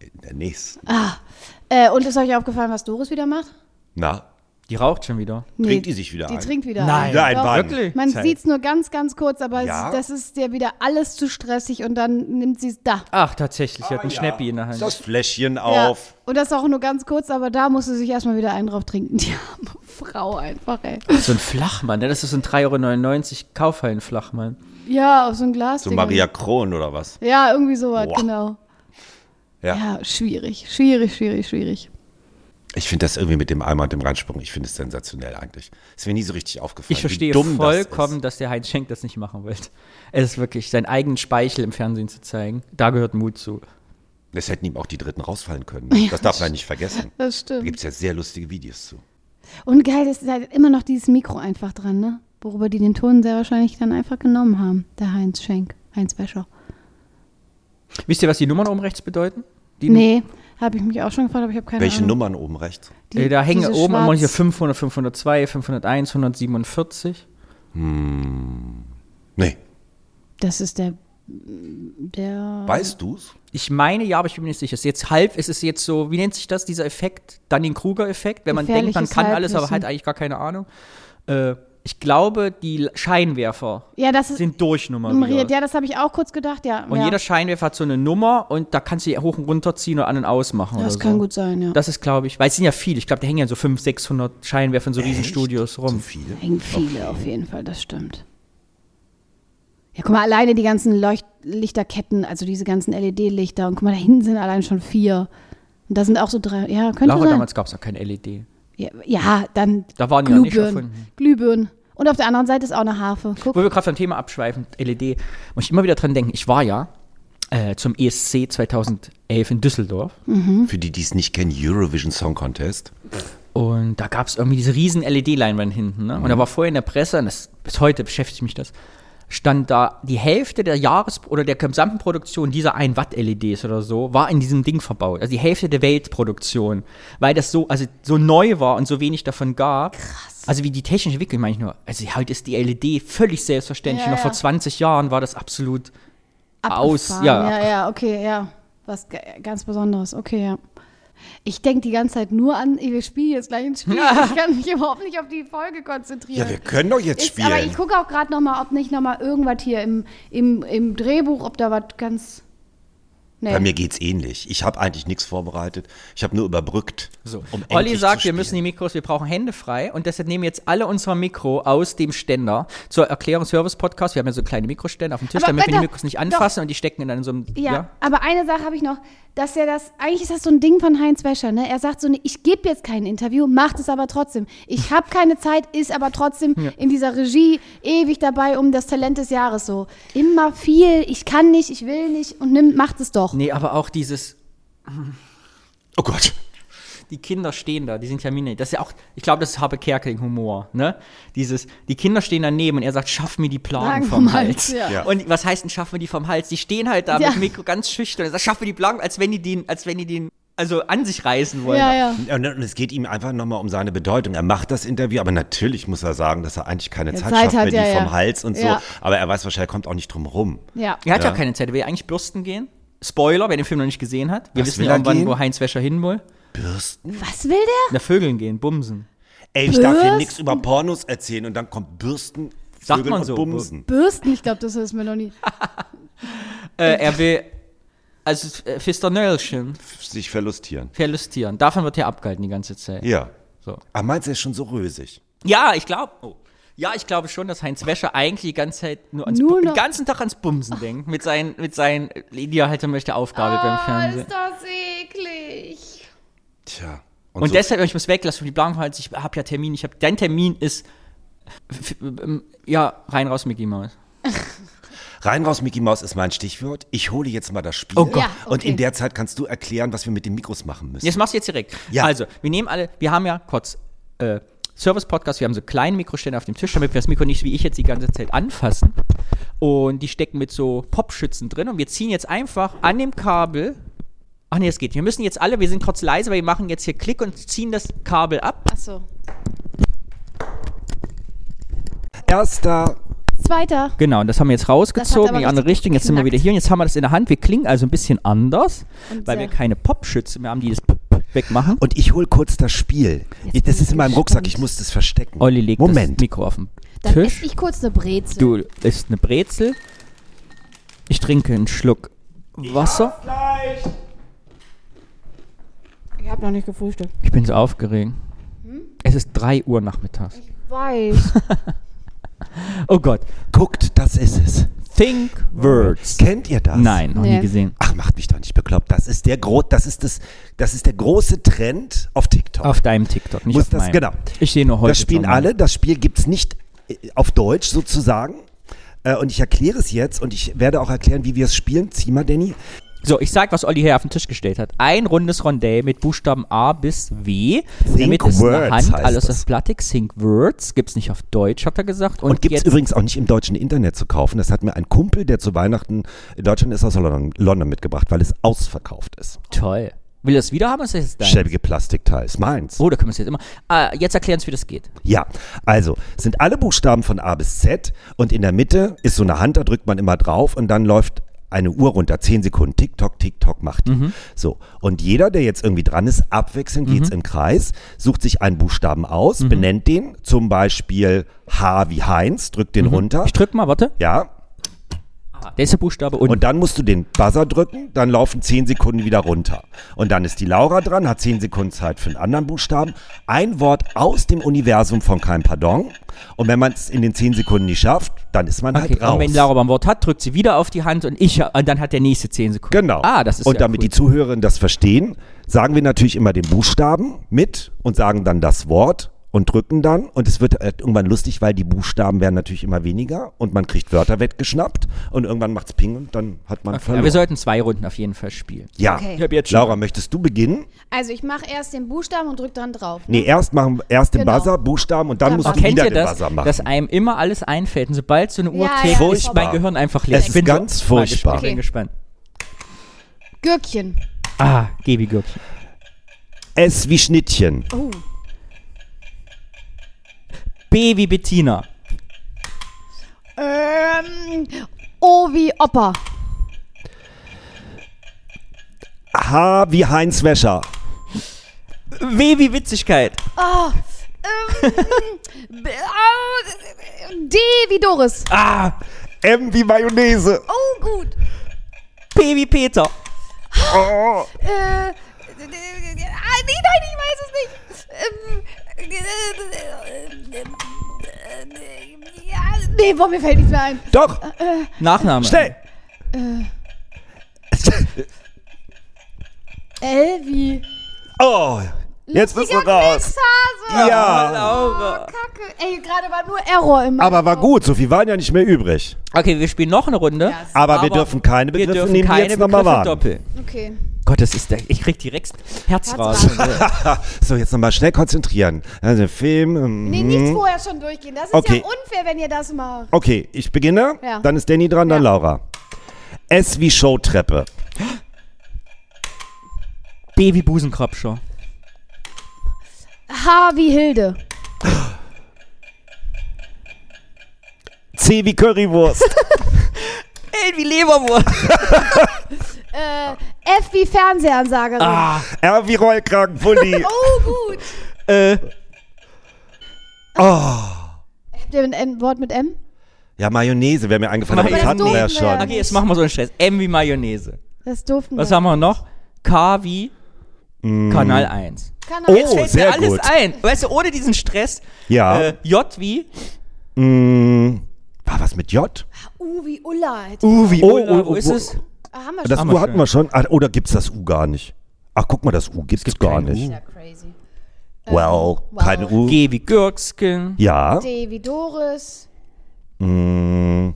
Speaker 1: In der nächsten.
Speaker 6: Ah. Äh, und ist euch aufgefallen, was Doris wieder macht?
Speaker 1: Na,
Speaker 2: Die raucht schon wieder.
Speaker 1: Trinkt die sich wieder
Speaker 6: Die
Speaker 1: ein?
Speaker 6: trinkt wieder
Speaker 2: Nein.
Speaker 6: ein.
Speaker 1: Wieder ein
Speaker 6: Doch.
Speaker 1: Wann?
Speaker 2: Wirklich?
Speaker 6: Man
Speaker 2: Zeit.
Speaker 6: sieht es nur ganz, ganz kurz, aber
Speaker 1: Ja.
Speaker 6: es, das ist dir wieder alles zu stressig und dann nimmt sie es da.
Speaker 2: Ach, tatsächlich, sie hat einen Schnäppi in der Hand.
Speaker 1: das Fläschchen
Speaker 6: Ja.
Speaker 1: auf.
Speaker 6: Und das auch nur ganz kurz, aber da muss sie sich erstmal wieder einen drauf trinken. Die arme Frau einfach, ey.
Speaker 2: so ein Flachmann, ne? das ist so ein 3,99 Euro Kaufhallen-Flachmann.
Speaker 6: Ja, auf so ein Glas.
Speaker 1: So Maria Kron oder was?
Speaker 6: Ja, irgendwie sowas,
Speaker 1: Boah.
Speaker 6: genau.
Speaker 1: Ja.
Speaker 6: ja, schwierig, schwierig, schwierig, schwierig.
Speaker 1: Ich finde das irgendwie mit dem Eimer und dem Reinsprung, ich finde es sensationell eigentlich. Ist mir nie so richtig aufgefallen.
Speaker 2: Ich verstehe
Speaker 1: wie dumm
Speaker 2: vollkommen,
Speaker 1: Das
Speaker 2: dass der Heinz Schenk das nicht machen wollte. Es ist wirklich, seinen eigenen Speichel im Fernsehen zu zeigen, da gehört Mut zu.
Speaker 1: ist. Das hätten ihm auch die Dritten rausfallen können. ne? Das darf man nicht vergessen.
Speaker 6: Das
Speaker 1: Da
Speaker 6: stimmt.
Speaker 1: gibt es ja sehr lustige Videos zu.
Speaker 6: Und geil ist halt immer noch dieses Mikro einfach dran, ne? Worüber die den Ton sehr wahrscheinlich dann einfach genommen haben. Der Heinz Schenk, Heinz Wäscher.
Speaker 2: Wisst ihr, was die Nummern oben rechts bedeuten? Die
Speaker 6: Nee, habe ich mich auch schon gefragt, aber ich habe
Speaker 1: Genau.
Speaker 6: keine
Speaker 1: Welche
Speaker 6: Ahnung.
Speaker 1: Nummern oben rechts?
Speaker 6: Die-
Speaker 2: Äh, da hängen
Speaker 6: diese
Speaker 2: oben immer
Speaker 6: schwarz-
Speaker 2: hier 500, 502, 501, 147.
Speaker 1: Nee.
Speaker 6: Das ist der. der
Speaker 1: Weißt du's?
Speaker 2: Ich meine ja, aber ich bin mir nicht sicher. Es Ist jetzt halb, es ist jetzt so, wie nennt sich das, dieser Effekt? Dunning-Kruger-Effekt, wenn man denkt, man
Speaker 6: Gefährliches
Speaker 2: kann alles, aber
Speaker 6: Halbwissen.
Speaker 2: hat eigentlich gar keine Ahnung. Äh, ich glaube, die Scheinwerfer
Speaker 6: Ja, das ist
Speaker 2: sind durchnummeriert.
Speaker 6: nummeriert. Ja, das habe ich auch kurz gedacht, ja.
Speaker 2: Und
Speaker 6: ja.
Speaker 2: jeder Scheinwerfer hat so eine Nummer und da kannst du die hoch und runter ziehen und an und aus machen.
Speaker 6: das
Speaker 2: oder
Speaker 6: kann
Speaker 2: so.
Speaker 6: gut sein, ja.
Speaker 2: Das ist, glaube ich, weil es sind ja viele. Ich glaube, da hängen ja so 500, 600 Scheinwerfer in so Riesenstudios
Speaker 1: Zu
Speaker 2: rum.
Speaker 1: viele?
Speaker 6: Hängen viele auf jeden Fall, das stimmt. Ja, guck mal, alleine die ganzen Leucht Lichterketten, also diese ganzen LED-Lichter. Und guck mal, da hinten sind allein schon vier. Und da sind auch so drei. Ja, könnte
Speaker 2: Laura,
Speaker 6: sein.
Speaker 2: damals gab es noch kein E LED.
Speaker 6: ja, ja, dann
Speaker 2: Da waren die noch nicht
Speaker 6: Glühbirnen.
Speaker 2: erfunden.
Speaker 6: Glühbirnen. Und auf der anderen Seite ist auch eine Harfe. Guck.
Speaker 2: Wo wir gerade vom Thema abschweifen, LED, muss ich immer wieder dran denken. Ich war ja äh, zum ESC 2011 in Düsseldorf
Speaker 1: Für die, die es nicht kennen, Eurovision Song Contest.
Speaker 2: und da gab es irgendwie diese riesen LED-Leinwand hinten. Ne? Und da war vorher in der Presse, und das, bis heute beschäftigt mich das, stand da die Hälfte der Jahres- oder der gesamten Produktion dieser 1 Watt LEDs oder so, war in diesem Ding verbaut. Also die Hälfte der Weltproduktion, weil das so, also so neu war und so wenig davon gab. Krass. Also wie die technische Entwicklung, meine ich nur. Also heute ist die LED völlig selbstverständlich.
Speaker 6: Ja,
Speaker 2: Noch vor
Speaker 6: ja.
Speaker 2: 20 Jahren war das absolut aus,
Speaker 6: Abgefahren.
Speaker 2: ja.
Speaker 6: ja, ja, okay, ja. Was ge- ganz Besonderes, okay, ja. Ich denke die ganze Zeit nur an, wir spielen jetzt gleich ein Spiel. Ich kann mich überhaupt nicht auf die Folge konzentrieren.
Speaker 1: Ja, wir können doch jetzt
Speaker 6: Ist,
Speaker 1: spielen.
Speaker 6: Aber ich gucke auch gerade noch mal, ob nicht noch mal irgendwas hier im, im, im Drehbuch, ob da was ganz. Nee.
Speaker 1: Bei mir geht's ähnlich. Ich habe eigentlich nichts vorbereitet. Ich habe nur überbrückt.
Speaker 2: So.
Speaker 1: um
Speaker 2: Olli
Speaker 1: endlich
Speaker 2: sagt,
Speaker 1: zu
Speaker 2: wir müssen die
Speaker 1: spielen.
Speaker 2: Mikros, wir brauchen Hände frei und deshalb nehmen jetzt alle unser Mikro aus dem Ständer. Zur Erklärung Service Podcast, wir haben ja so kleine Mikroständer auf dem Tisch,
Speaker 6: Aber
Speaker 2: damit wir die
Speaker 6: warte,
Speaker 2: Mikros nicht
Speaker 6: doch.
Speaker 2: anfassen und die stecken dann in so einem
Speaker 6: ja, aber eine Sache habe ich noch, dass er das, eigentlich ist das so ein Ding von Heinz Wäscher, ne? Er sagt so, ne, ich gebe jetzt kein Interview, macht es aber trotzdem. Ich habe keine Zeit, ist aber trotzdem in dieser Regie ewig dabei um das Talent des Jahres so. Immer viel, ich kann nicht, ich will nicht und nimmt, macht es doch.
Speaker 2: Nee, aber auch dieses
Speaker 1: Oh Gott.
Speaker 2: die Kinder stehen da, die sind ja mini. Das ist ja auch, ich glaube, das ist Habe Kerkeling Humor, ne? Dieses, die Kinder stehen daneben und er sagt, schaff mir die Plagen
Speaker 6: Plagen
Speaker 2: vom
Speaker 6: vom
Speaker 2: Hals.
Speaker 6: Hals, ja.
Speaker 1: Ja.
Speaker 2: Und was heißt denn, schaff mir die vom Hals? Die stehen halt da
Speaker 6: Ja.
Speaker 2: mit Mikro ganz schüchtern. Er sagt, schaff mir die Plagen, als wenn die den, als wenn die den, also an sich reißen wollen.
Speaker 6: ja.
Speaker 1: Und und es geht ihm einfach nochmal um seine Bedeutung. Er macht das Interview, aber natürlich muss er sagen, dass er eigentlich keine Zeit,
Speaker 6: Zeit
Speaker 1: schafft,
Speaker 6: hat,
Speaker 1: mehr, die
Speaker 6: ja, ja.
Speaker 1: vom Hals und
Speaker 6: Ja.
Speaker 1: so. Aber er weiß wahrscheinlich, er kommt auch nicht drum rum.
Speaker 6: Ja.
Speaker 2: Er hat ja,
Speaker 1: Ja.
Speaker 2: keine Zeit. Er will eigentlich bürsten gehen. Spoiler, wer den Film noch nicht gesehen hat. Wir
Speaker 1: Was
Speaker 2: wissen
Speaker 1: will
Speaker 2: ja
Speaker 1: er
Speaker 2: irgendwann,
Speaker 1: gehen?
Speaker 2: wo Heinz Wäscher hin will.
Speaker 1: Bürsten?
Speaker 6: Was will der?
Speaker 2: Na, Vögeln gehen, bumsen.
Speaker 1: Ey, ich darf hier
Speaker 6: Bürsten?
Speaker 1: nichts über Pornos erzählen und dann kommt Bürsten,
Speaker 2: Sagt
Speaker 1: Vögeln
Speaker 2: man
Speaker 1: und
Speaker 2: so,
Speaker 1: Bumsen.
Speaker 6: Bürsten, ich glaube, das ist Melanie.
Speaker 2: Äh, er will, also äh, Fisternöllchen
Speaker 1: Sich verlustieren.
Speaker 2: verlustieren. Davon wird er abgehalten die ganze Zeit.
Speaker 1: Ja.
Speaker 2: So.
Speaker 1: Aber meinst du, er ist schon so rösig?
Speaker 2: Ja, ich glaube. Oh. Ja, ich glaube schon, dass Heinz Wäscher eigentlich die ganze Zeit nur, ans
Speaker 6: Nur
Speaker 2: Bu- den
Speaker 6: noch-
Speaker 2: ganzen Tag ans Bumsen denkt. Mit seinen, mit seinen, die er halt möchte Aufgabe beim Fernsehen.
Speaker 6: das eklig.
Speaker 1: Tja.
Speaker 2: Und,
Speaker 1: so-
Speaker 2: deshalb, ich muss weglassen, die Blagen halt, ich habe ja Termin, ich habe, dein Termin ist, f- ähm, ja, rein raus, Mickey Mouse.
Speaker 1: Rein raus, Mickey Maus ist mein Stichwort. Ich hole jetzt mal das Spiel.
Speaker 2: Oh Gott.
Speaker 6: Ja,
Speaker 1: Und in
Speaker 6: okay.
Speaker 1: der Zeit kannst du erklären, was wir mit den Mikros machen müssen.
Speaker 2: Jetzt machst du jetzt direkt.
Speaker 1: Ja.
Speaker 2: Also, wir nehmen alle, wir haben ja kurz äh, Service-Podcast, wir haben so kleine Mikroständer auf dem Tisch, damit wir das Mikro nicht wie ich jetzt die ganze Zeit anfassen. Und die stecken mit so Popschützen drin und wir ziehen jetzt einfach an dem Kabel. Ach nee, das geht nicht. Wir müssen jetzt alle, wir sind kurz leise, weil wir machen jetzt hier Klick und ziehen das Kabel ab.
Speaker 6: Achso.
Speaker 1: Erster.
Speaker 6: Zweiter.
Speaker 2: Genau, und das haben wir jetzt rausgezogen
Speaker 6: aber
Speaker 2: in die andere
Speaker 6: richtig
Speaker 2: Richtung. Jetzt sind wir
Speaker 6: geknackt.
Speaker 2: wieder hier und jetzt haben wir das in der Hand. Wir klingen also ein bisschen anders,
Speaker 6: Und
Speaker 2: weil
Speaker 6: sehr-
Speaker 2: wir keine Popschütze mehr haben, die das wegmachen.
Speaker 1: Und ich hole kurz das Spiel. Ich, das
Speaker 6: bin
Speaker 1: ist in meinem
Speaker 6: ich
Speaker 1: Rucksack,
Speaker 6: gespannt.
Speaker 1: ich muss das verstecken.
Speaker 2: Olli legt das
Speaker 1: Moment.
Speaker 2: Mikro auf den
Speaker 6: Dann
Speaker 2: Tisch.
Speaker 6: esse ich kurz eine Brezel.
Speaker 2: Du isst eine Brezel. Ich trinke einen Schluck Wasser.
Speaker 6: Ich habe noch nicht gefrühstückt. Hm?
Speaker 2: Ich bin so aufgeregt. Es ist 3 Uhr nachmittags.
Speaker 6: Weiß.
Speaker 2: Oh Gott.
Speaker 1: Guckt, das ist es.
Speaker 2: Think Words.
Speaker 1: Kennt ihr das?
Speaker 2: Nein, noch nie
Speaker 6: Nee.
Speaker 2: gesehen.
Speaker 1: Ach, macht mich doch nicht bekloppt. Das ist der, gro das ist das, das ist der große Trend auf TikTok.
Speaker 2: Auf deinem TikTok, nicht
Speaker 1: Muss
Speaker 2: auf
Speaker 1: das-
Speaker 2: meinem.
Speaker 1: genau.
Speaker 2: Ich sehe nur heute.
Speaker 1: das spielen
Speaker 2: schon mal.
Speaker 1: alle. Das Spiel gibt es nicht äh, auf Deutsch sozusagen. Äh, Und ich erkläre es jetzt und ich werde auch erklären, wie wir es spielen. Zieh mal, Danny.
Speaker 2: So, ich sag, was Olli hier auf den Tisch gestellt hat. Ein rundes Rondell mit Buchstaben A bis W.
Speaker 1: Think
Speaker 2: Damit ist eine
Speaker 1: Words
Speaker 2: Hand,
Speaker 1: heißt
Speaker 2: alles
Speaker 1: das.
Speaker 2: auf Plattik. Think Words. Gibt's nicht auf Deutsch, hat er gesagt. Und,
Speaker 1: Und gibt es
Speaker 2: jetzt
Speaker 1: übrigens auch nicht im deutschen Internet zu kaufen. Das hat mir ein Kumpel, der zu Weihnachten in Deutschland ist, aus London, London mitgebracht, weil es ausverkauft ist.
Speaker 2: toll. Will er es wieder haben? Ist das jetzt dein?
Speaker 1: Schäbige Plastikteil ist meins.
Speaker 2: Oh, da können wir es jetzt immer. Ah, jetzt erklären uns, wie das geht.
Speaker 1: Ja, also sind alle Buchstaben von A bis Z und in der Mitte ist so eine Hand, da drückt man immer drauf und dann läuft eine Uhr runter, 10 Sekunden, Tick-Tock, Tick-Tock macht die.
Speaker 2: Mhm.
Speaker 1: So. Und jeder, der jetzt irgendwie dran ist, abwechselnd geht's im Kreis, sucht sich einen Buchstaben
Speaker 2: Mhm.
Speaker 1: aus, benennt den, zum Beispiel H wie Heinz, drückt den runter.
Speaker 2: Mhm. Ich drück mal, warte.
Speaker 1: Ja.
Speaker 2: Der ist der Buchstabe unten.
Speaker 1: Ah. Und dann musst du den Buzzer drücken, dann laufen 10 Sekunden wieder runter. Und dann ist die Laura dran, hat 10 Sekunden Zeit für einen anderen Buchstaben. Ein Wort aus dem Universum von kein Pardon. Und wenn man es in den 10 Sekunden nicht schafft, dann ist man
Speaker 2: Okay,
Speaker 1: halt raus.
Speaker 2: und wenn Laura beim Wort hat, drückt sie wieder auf die Hand und ich und dann hat der nächste 10 Sekunden.
Speaker 1: Genau.
Speaker 2: Ah, das ist
Speaker 1: und
Speaker 2: ja
Speaker 1: damit
Speaker 2: cool.
Speaker 1: die Zuhörerinnen das verstehen, sagen wir natürlich immer den Buchstaben mit und sagen dann das Wort und drücken dann. Und es wird halt irgendwann lustig, weil die Buchstaben werden natürlich immer weniger und man kriegt Wörter weggeschnappt und irgendwann macht's Ping und dann hat man
Speaker 2: ja, wir
Speaker 1: verloren.
Speaker 2: sollten zwei Runden auf jeden Fall spielen.
Speaker 1: Ja,
Speaker 6: Okay. Ich
Speaker 2: hab jetzt schon-
Speaker 1: Laura, möchtest du beginnen?
Speaker 6: Also ich mache erst den Buchstaben und drücke dann drauf.
Speaker 1: Nee, erst machen erst den
Speaker 6: Genau.
Speaker 1: Buzzer, Buchstaben und dann
Speaker 6: Dann
Speaker 1: musst du
Speaker 6: Buzzer.
Speaker 2: Kennt
Speaker 1: wieder
Speaker 2: ihr
Speaker 1: den
Speaker 2: das,
Speaker 1: Buzzer machen.
Speaker 2: dass einem immer alles einfällt und sobald so eine Uhr
Speaker 6: Ja,
Speaker 2: tickt,
Speaker 6: ja,
Speaker 2: ist
Speaker 1: furchtbar.
Speaker 2: mein Gehirn einfach leer.
Speaker 1: Es ist ganz
Speaker 2: so- mal
Speaker 1: furchtbar.
Speaker 2: gespannt, Ich bin
Speaker 6: Okay.
Speaker 2: gespannt.
Speaker 6: Gürkchen.
Speaker 2: Ah, Gebi Gürkchen.
Speaker 1: S wie Schnittchen,
Speaker 2: B wie Bettina.
Speaker 6: Ähm, o wie Opa.
Speaker 1: H wie Heinz Wäscher,
Speaker 2: W wie Witzigkeit.
Speaker 6: B- ah, D wie Doris.
Speaker 2: Ah,
Speaker 1: M wie Mayonnaise,
Speaker 6: Oh, gut.
Speaker 2: P wie Peter.
Speaker 6: Äh, d- d- d- ah, nee, nein, ich weiß es nicht. Ähm, äh, äh, äh, äh, ja, nee, boah, mir fällt nichts mehr ein.
Speaker 1: doch,
Speaker 2: Nachname.
Speaker 1: schnell,
Speaker 6: L wie
Speaker 1: oh, jetzt bist du raus.
Speaker 6: Glitzer.
Speaker 1: Ja.
Speaker 2: Oh, Laura.
Speaker 6: Kacke. Ey, gerade war nur Error im
Speaker 1: Aber war gut, so viel waren ja nicht mehr übrig.
Speaker 2: Okay, wir spielen noch eine Runde.
Speaker 6: Yes.
Speaker 1: Aber, wir dürfen keine
Speaker 2: wir
Speaker 1: Begriffe
Speaker 2: dürfen
Speaker 1: nehmen, die
Speaker 2: keine
Speaker 1: jetzt nochmal
Speaker 2: Begriffe
Speaker 1: waren.
Speaker 2: doppeln.
Speaker 6: Okay.
Speaker 2: Gott, das ist der, ich krieg direkt Herzrasen.
Speaker 1: Ah, So, jetzt nochmal schnell konzentrieren. Also Film. ähm,
Speaker 6: Nee, nichts vorher schon durchgehen. Das ist
Speaker 1: Okay.
Speaker 6: ja unfair, wenn ihr das macht.
Speaker 1: Okay, ich beginne,
Speaker 6: Ja.
Speaker 1: dann ist Danny dran, dann
Speaker 6: Ja.
Speaker 1: Laura. S wie Showtreppe.
Speaker 2: B wie Busenkrabscher.
Speaker 6: H wie Hilde.
Speaker 1: C wie Currywurst.
Speaker 2: L wie Leberwurst.
Speaker 6: Äh, F wie Fernsehansagerin.
Speaker 1: R wie Rollkragenpulli.
Speaker 6: Oh, gut. Ah.
Speaker 2: äh,
Speaker 6: Habt ihr ein M- Wort mit M?
Speaker 1: Ja, Mayonnaise wäre mir eingefallen, aber das hatten
Speaker 6: Mayonnaise.
Speaker 1: wir ja
Speaker 6: Das durften wir
Speaker 1: schon.
Speaker 6: ja nicht.
Speaker 2: okay, jetzt machen wir so einen Stress. M wie Mayonnaise.
Speaker 6: Das durften
Speaker 2: Was
Speaker 6: wir.
Speaker 2: haben wir noch? K wie Kanal 1.
Speaker 6: Kann
Speaker 1: Mm. Oh,
Speaker 6: auch-
Speaker 2: Fällt
Speaker 1: sehr
Speaker 2: mir alles
Speaker 1: gut. Ah.
Speaker 2: ein. Weißt du, ohne diesen Stress.
Speaker 1: Ja.
Speaker 2: Äh, J wie
Speaker 1: Mm, war was mit J?
Speaker 6: U wie Ulla. Hätte-
Speaker 2: U wie
Speaker 1: Oh,
Speaker 2: Ulla.
Speaker 1: oh,
Speaker 2: Wo ist
Speaker 1: oh,
Speaker 2: es?
Speaker 6: Ah, haben wir
Speaker 1: Das
Speaker 6: schon.
Speaker 1: U
Speaker 2: wir
Speaker 1: hatten
Speaker 2: schon.
Speaker 1: wir schon. Ah, Oder gibt's das U gar nicht? Ach, guck mal, das U gibt's
Speaker 2: gibt
Speaker 1: gar
Speaker 2: kein U. Äh,
Speaker 1: nicht. Äh,
Speaker 6: Ja, crazy.
Speaker 1: Well,
Speaker 6: wow.
Speaker 1: keine U.
Speaker 2: G wie Gürksken.
Speaker 1: ja.
Speaker 6: D wie Doris.
Speaker 1: Mm,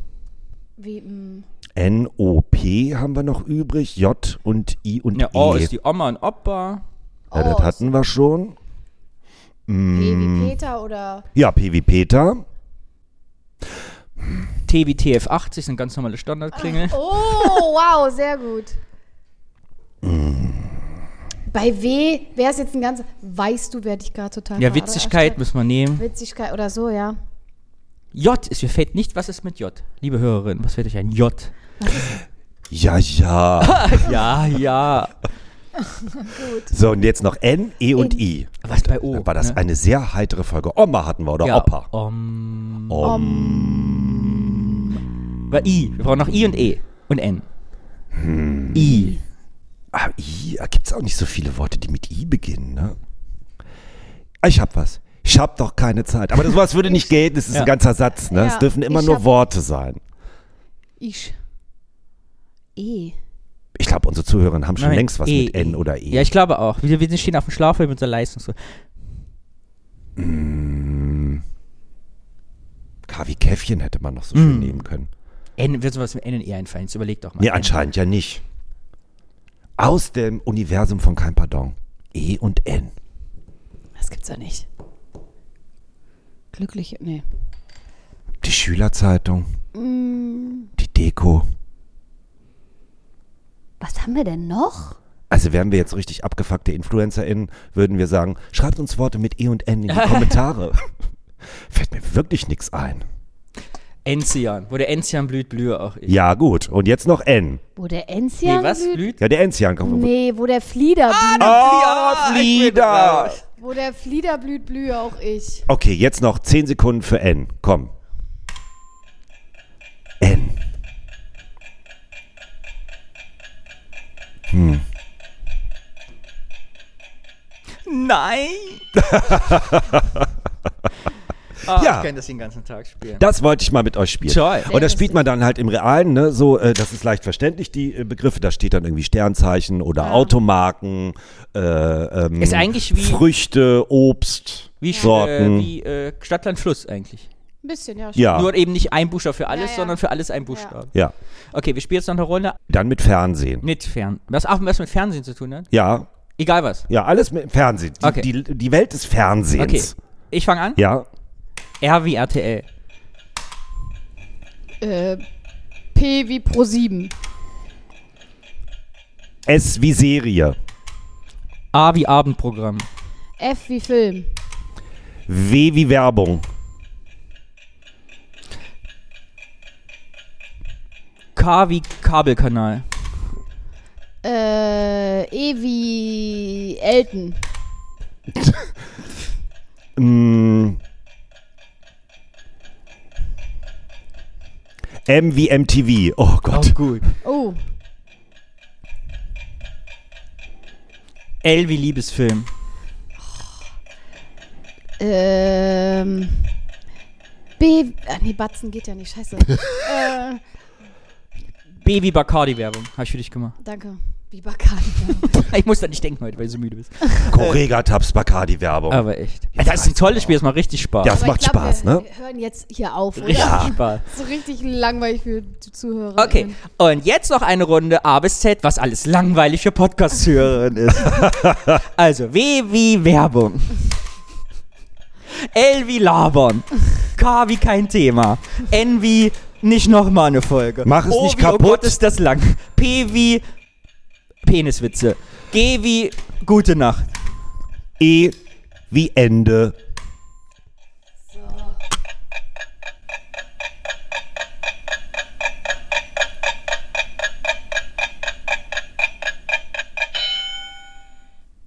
Speaker 6: Wie, mm,
Speaker 1: N-O-P haben wir noch übrig. J und I und
Speaker 2: Ja,
Speaker 1: E.
Speaker 2: O ist die Oma und Opa.
Speaker 1: Ja, das
Speaker 6: Oh,
Speaker 1: hatten wir schon.
Speaker 6: P wie Peter oder
Speaker 1: Ja, P wie Peter.
Speaker 2: T wie TF80 sind ganz normale Standardklingel.
Speaker 1: Ah.
Speaker 6: Oh, wow, sehr gut. Bei W wäre es jetzt ein ganz. Weißt du, wer dich gerade total.
Speaker 2: Ja,
Speaker 6: verarsch-
Speaker 2: Witzigkeit müssen wir nehmen.
Speaker 6: Witzigkeit oder so, ja.
Speaker 2: J ist, mir fällt nicht, was ist mit J? Liebe Hörerin, was fällt euch ein? J.
Speaker 1: Ja, ja.
Speaker 2: Ja,
Speaker 1: Äh,
Speaker 2: ja.
Speaker 1: So, und jetzt noch N, E und I.
Speaker 2: Was bei O? ne?
Speaker 1: War das eine sehr heitere Folge. Oma hatten wir oder
Speaker 2: ja.
Speaker 1: Opa?
Speaker 2: Um,
Speaker 1: Om.
Speaker 2: war I. Wir brauchen noch I und E. Und N.
Speaker 1: Hm.
Speaker 2: I.
Speaker 1: Ah, I, da gibt es auch nicht so viele Worte, die mit I beginnen, ne? Ah, Ich hab was. Ich hab doch keine Zeit. Aber das sowas würde nicht gelten, es ist
Speaker 2: Ja.
Speaker 1: ein ganzer Satz, ne? Es
Speaker 6: Ja,
Speaker 1: dürfen immer
Speaker 6: ich
Speaker 1: nur
Speaker 6: hab-
Speaker 1: Worte sein.
Speaker 6: Ich. E.
Speaker 1: Ich glaube, unsere Zuhörer haben schon
Speaker 2: Nein,
Speaker 1: längst was
Speaker 2: E,
Speaker 1: mit N oder E.
Speaker 2: Ja, ich glaube auch. Wir, wir stehen auf dem Schlauchfeld mit unserer Leistung. So.
Speaker 1: K wie Käffchen hätte man
Speaker 2: Mhm.
Speaker 1: noch so schön nehmen können.
Speaker 2: N, wird sowas mit N und E einfallen. Jetzt überleg doch mal.
Speaker 1: Nee, anscheinend ja nicht. Aus dem Universum von Kein Pardon. E und N.
Speaker 6: Das gibt's ja nicht. Glücklich. Nee.
Speaker 1: Die Schülerzeitung. Die Deko.
Speaker 5: Was haben wir denn noch?
Speaker 1: Also wären wir jetzt richtig abgefuckte InfluencerInnen, würden wir sagen, schreibt uns Worte mit E und N in die Kommentare. Fällt mir wirklich nichts ein.
Speaker 2: Enzian. Wo der Enzian blüht, blühe auch ich.
Speaker 1: Ja, gut. Und jetzt noch N.
Speaker 6: Wo der
Speaker 2: Nee,
Speaker 6: Enzian
Speaker 2: was
Speaker 6: blüht?
Speaker 2: blüht?
Speaker 1: Ja, der Enzian kommt.
Speaker 6: Nee, wo der Flieder blüht.
Speaker 1: Ah, Flieder!
Speaker 6: Wo der Flieder blüht, blühe auch ich.
Speaker 1: Okay, jetzt noch 10 Sekunden für N. Komm. N.
Speaker 2: Nein! ah,
Speaker 1: Ja.
Speaker 2: Ich kann das den ganzen Tag spielen.
Speaker 1: Das wollte ich mal mit euch spielen.
Speaker 2: Toll.
Speaker 1: Und das spielt man dann halt im Realen, ne? So, äh, das ist leicht verständlich, die äh, Begriffe. Da steht dann irgendwie Sternzeichen oder Automarken, äh, ähm,
Speaker 2: Ist eigentlich wie-
Speaker 1: Früchte, Obst,
Speaker 2: Wie, Sch-
Speaker 1: Sorten. Ah.
Speaker 2: äh, wie äh, Stadt, Land, Fluss eigentlich.
Speaker 6: Ein bisschen, ja.
Speaker 1: ja.
Speaker 2: Nur eben nicht ein Buchstabe für alles,
Speaker 6: Ja, ja.
Speaker 2: sondern für alles ein Buchstabe.
Speaker 1: ja.
Speaker 2: Okay, wir spielen jetzt noch eine Runde
Speaker 1: Dann mit Fernsehen.
Speaker 2: mit Fernsehen. Was auch was mit Fernsehen zu tun hat?
Speaker 1: Ja.
Speaker 2: Egal was.
Speaker 1: Ja, alles mit Fernsehen. Die,
Speaker 2: Okay.
Speaker 1: die, die Welt des Fernsehens.
Speaker 2: Okay, ich fange an.
Speaker 1: Ja.
Speaker 2: R wie RTL.
Speaker 6: Äh, P wie Pro 7.
Speaker 1: S wie Serie.
Speaker 2: A wie Abendprogramm.
Speaker 6: F wie Film.
Speaker 1: W wie Werbung.
Speaker 2: K wie Kabelkanal.
Speaker 6: Äh, E wie Elton.
Speaker 1: Mm. M wie MTV. Oh Gott.
Speaker 2: gut.
Speaker 6: Oh,
Speaker 2: L wie Liebesfilm.
Speaker 6: ähm. B. Ah, nee, Batzen geht ja nicht, scheiße. äh,
Speaker 2: B wie Bacardi-Werbung. Hab ich für dich gemacht.
Speaker 6: danke. Wie Bacardi.
Speaker 2: Ich muss da nicht denken heute, weil du so müde bist.
Speaker 1: Correga Tabs Bacardi Werbung.
Speaker 2: Aber echt. das ist ein tolles Spiel, das macht richtig Spaß.
Speaker 1: Das
Speaker 6: Aber
Speaker 1: macht
Speaker 6: ich glaub,
Speaker 1: Spaß,
Speaker 6: wir
Speaker 1: ne?
Speaker 6: hören jetzt hier auf, oder?
Speaker 2: Richtig Spaß.
Speaker 6: So richtig langweilig für die Zuhörer.
Speaker 2: Okay, und jetzt noch eine Runde A bis Z, was alles langweilig für Podcast-Hörerinnen ist. also, W wie Werbung. L wie Labern. K wie kein Thema. N wie nicht nochmal eine Folge.
Speaker 1: Mach es
Speaker 2: o
Speaker 1: nicht
Speaker 2: wie,
Speaker 1: kaputt.
Speaker 2: Oh Gott, ist das lang. P wie Peniswitze. G wie Gute Nacht.
Speaker 1: E wie Ende.